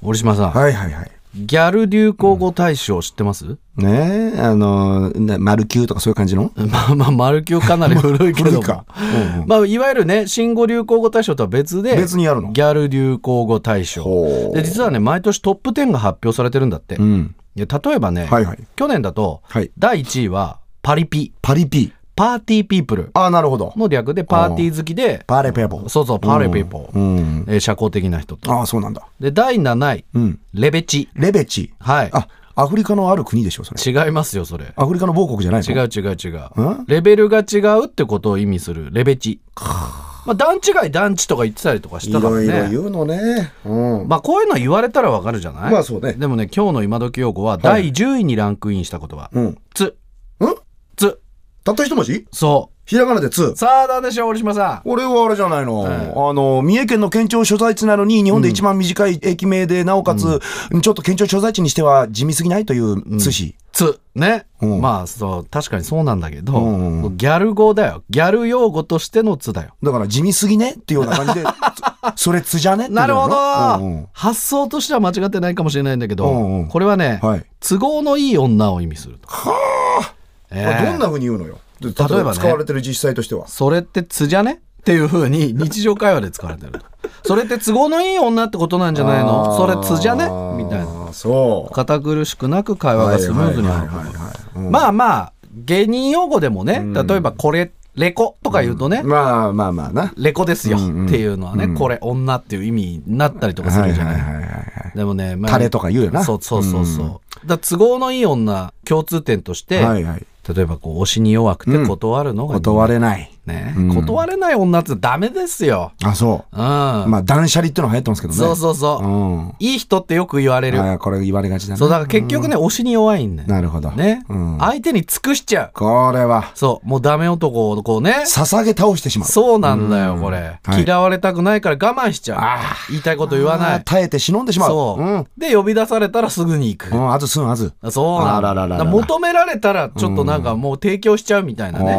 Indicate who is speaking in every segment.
Speaker 1: 森島さん、
Speaker 2: はいはいはい。
Speaker 1: ギャル流行語大賞知ってます、
Speaker 2: ねえ、あの、な丸九とかそういう感じの
Speaker 1: まあまあ、丸級かな り古いけども
Speaker 2: 古いかうんうん
Speaker 1: まあ、いわゆるね、新語・流行語大賞とは別で、
Speaker 2: 別にやるの
Speaker 1: ギャル流行語大賞。
Speaker 2: ほ
Speaker 1: で、実はね、毎年トップ10が発表されてるんだって。
Speaker 2: う。うん。
Speaker 1: で例えばね、
Speaker 2: はいはい
Speaker 1: 去年だと、
Speaker 2: はい
Speaker 1: 第1位は、パリピ、
Speaker 2: パリピ。
Speaker 1: パーティーピープル
Speaker 2: ああ、なるほど。
Speaker 1: の略で、パーティー好きで、
Speaker 2: パレペボ。
Speaker 1: そうそう、パーリピーポー、
Speaker 2: うん。
Speaker 1: えー社交的な人と。
Speaker 2: ああ、そうなんだ。
Speaker 1: で、第7位、
Speaker 2: うん。
Speaker 1: レベチ。
Speaker 2: レベチ。
Speaker 1: はい。
Speaker 2: あ、アフリカのある国でしょ、それ。
Speaker 1: 違いますよ、それ。
Speaker 2: アフリカの某国じゃないの
Speaker 1: 違う違う違う
Speaker 2: うん。
Speaker 1: レベルが違うってことを意味するレベチ。まあ、段違い団地とか言ってたりとかし
Speaker 2: い
Speaker 1: たから
Speaker 2: ろいろ
Speaker 1: ね。
Speaker 2: 言うのね。うん。
Speaker 1: まあ、こういうの言われたらわかるじゃない
Speaker 2: まあそうね
Speaker 1: でもね、今日の今時用語は第10位にランクインした言葉。
Speaker 2: うん。
Speaker 1: つ、
Speaker 2: うん
Speaker 1: つ、
Speaker 2: たった一文字
Speaker 1: そ
Speaker 2: ひらがなでつ
Speaker 1: う。。さあ、なんでしょう、折島さん。
Speaker 2: 俺はあれじゃないの、
Speaker 1: は
Speaker 2: あの三重県の県庁所在地なのに日本で一番短い駅名で、なおかつ、ちょっと県庁所在地にしては地味すぎないという寿司、
Speaker 1: つ、ね。
Speaker 2: うん
Speaker 1: まあ、そう、確かにそうなんだけど、
Speaker 2: うんうんう
Speaker 1: ギャル語だよ。ギャル用語としてのつだよ。
Speaker 2: だから地味すぎねっていうような 感じでつそれつじゃねっていうの
Speaker 1: なるほど、
Speaker 2: うんうん
Speaker 1: 発想としては間違ってないかもしれないんだけど、
Speaker 2: うんうん
Speaker 1: これはね、
Speaker 2: はい
Speaker 1: 都合のいい女を意味すると。え
Speaker 2: まあ
Speaker 1: え
Speaker 2: どんなふうに言うのよ例
Speaker 1: 例
Speaker 2: え
Speaker 1: え
Speaker 2: ば、
Speaker 1: ばね
Speaker 2: 使われてる実際としては
Speaker 1: それってつじゃねっていうふうに日常会話で使われてるとそれって都合のいい女ってことなんじゃないのそれつじゃねみたいな
Speaker 2: なそう
Speaker 1: 堅苦しくなく会話がスムーズに
Speaker 2: はい
Speaker 1: あ
Speaker 2: はいはいはい
Speaker 1: る
Speaker 2: はいうん
Speaker 1: まあまあ芸人用語でもね例えばこれレコとか言うとね、
Speaker 2: まあまあまあな
Speaker 1: レコですよ
Speaker 2: うんうん
Speaker 1: っていうのはね、これ女っていう意味になったりとかするじゃない,、
Speaker 2: はいはいはいはい
Speaker 1: でもね、まあ
Speaker 2: タレとか言うよな
Speaker 1: そうそうそうそう、だから都合のいい女共通点として、
Speaker 2: はいはい
Speaker 1: 例えばこう推しに弱くて断るのが、
Speaker 2: 断れない
Speaker 1: ね、
Speaker 2: うん
Speaker 1: 断れない女ってダメですよ。。
Speaker 2: あそううん
Speaker 1: ま
Speaker 2: まあ断捨離ってのは流行ってますけどね
Speaker 1: そうそうそう、
Speaker 2: うん
Speaker 1: いい人ってよく言われる。
Speaker 2: ああこれ言われがちだね
Speaker 1: そう、だから結局ね、推しに弱いんだよ。
Speaker 2: なるほど
Speaker 1: ね、
Speaker 2: うん
Speaker 1: 相手に尽くしちゃう。
Speaker 2: これは
Speaker 1: そう。もうダメ男をこうね。
Speaker 2: 捧げ倒してしまう
Speaker 1: そうなんだよ、これ、
Speaker 2: はい
Speaker 1: 嫌われたくないから我慢しちゃう。
Speaker 2: あ
Speaker 1: 言いたいこと言わ
Speaker 2: あ
Speaker 1: な
Speaker 2: ー
Speaker 1: い。
Speaker 2: 耐えて忍んでしまう
Speaker 1: そう、
Speaker 2: うん
Speaker 1: で、呼び出されたらすぐに行く。
Speaker 2: うんあずすんあず
Speaker 1: そうなんだ
Speaker 2: あらららら
Speaker 1: だ
Speaker 2: ら
Speaker 1: から求められたら、ちょっとなんかもう提供しちゃうみたいなね。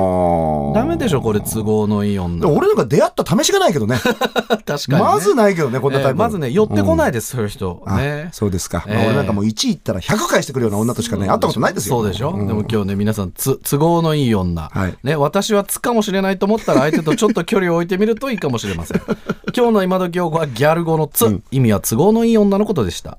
Speaker 1: ダ
Speaker 2: ダ
Speaker 1: メでしょ、これ都合のいい女。
Speaker 2: 俺なんか出会った試しがないけどね
Speaker 1: 確かに、ね。
Speaker 2: まずないけどねこんなタ
Speaker 1: え
Speaker 2: イ
Speaker 1: ー
Speaker 2: プ
Speaker 1: まずね、寄ってこないいです、そういう人。
Speaker 2: あ
Speaker 1: ね。
Speaker 2: そうですかまあ
Speaker 1: えー
Speaker 2: 俺なんかもう1行ったら100回してくるような女としかね会ったことないですよ
Speaker 1: そうでしょ、
Speaker 2: ん
Speaker 1: でも今日ね、皆さん、つ、都合のいい女。
Speaker 2: はい
Speaker 1: ね、私はつかもしれないと思ったら、相手とちょっと距離を置いてみる といいかもしれません。今日の今時用語はギャル語のつ、意味は都合のいい女のことでした。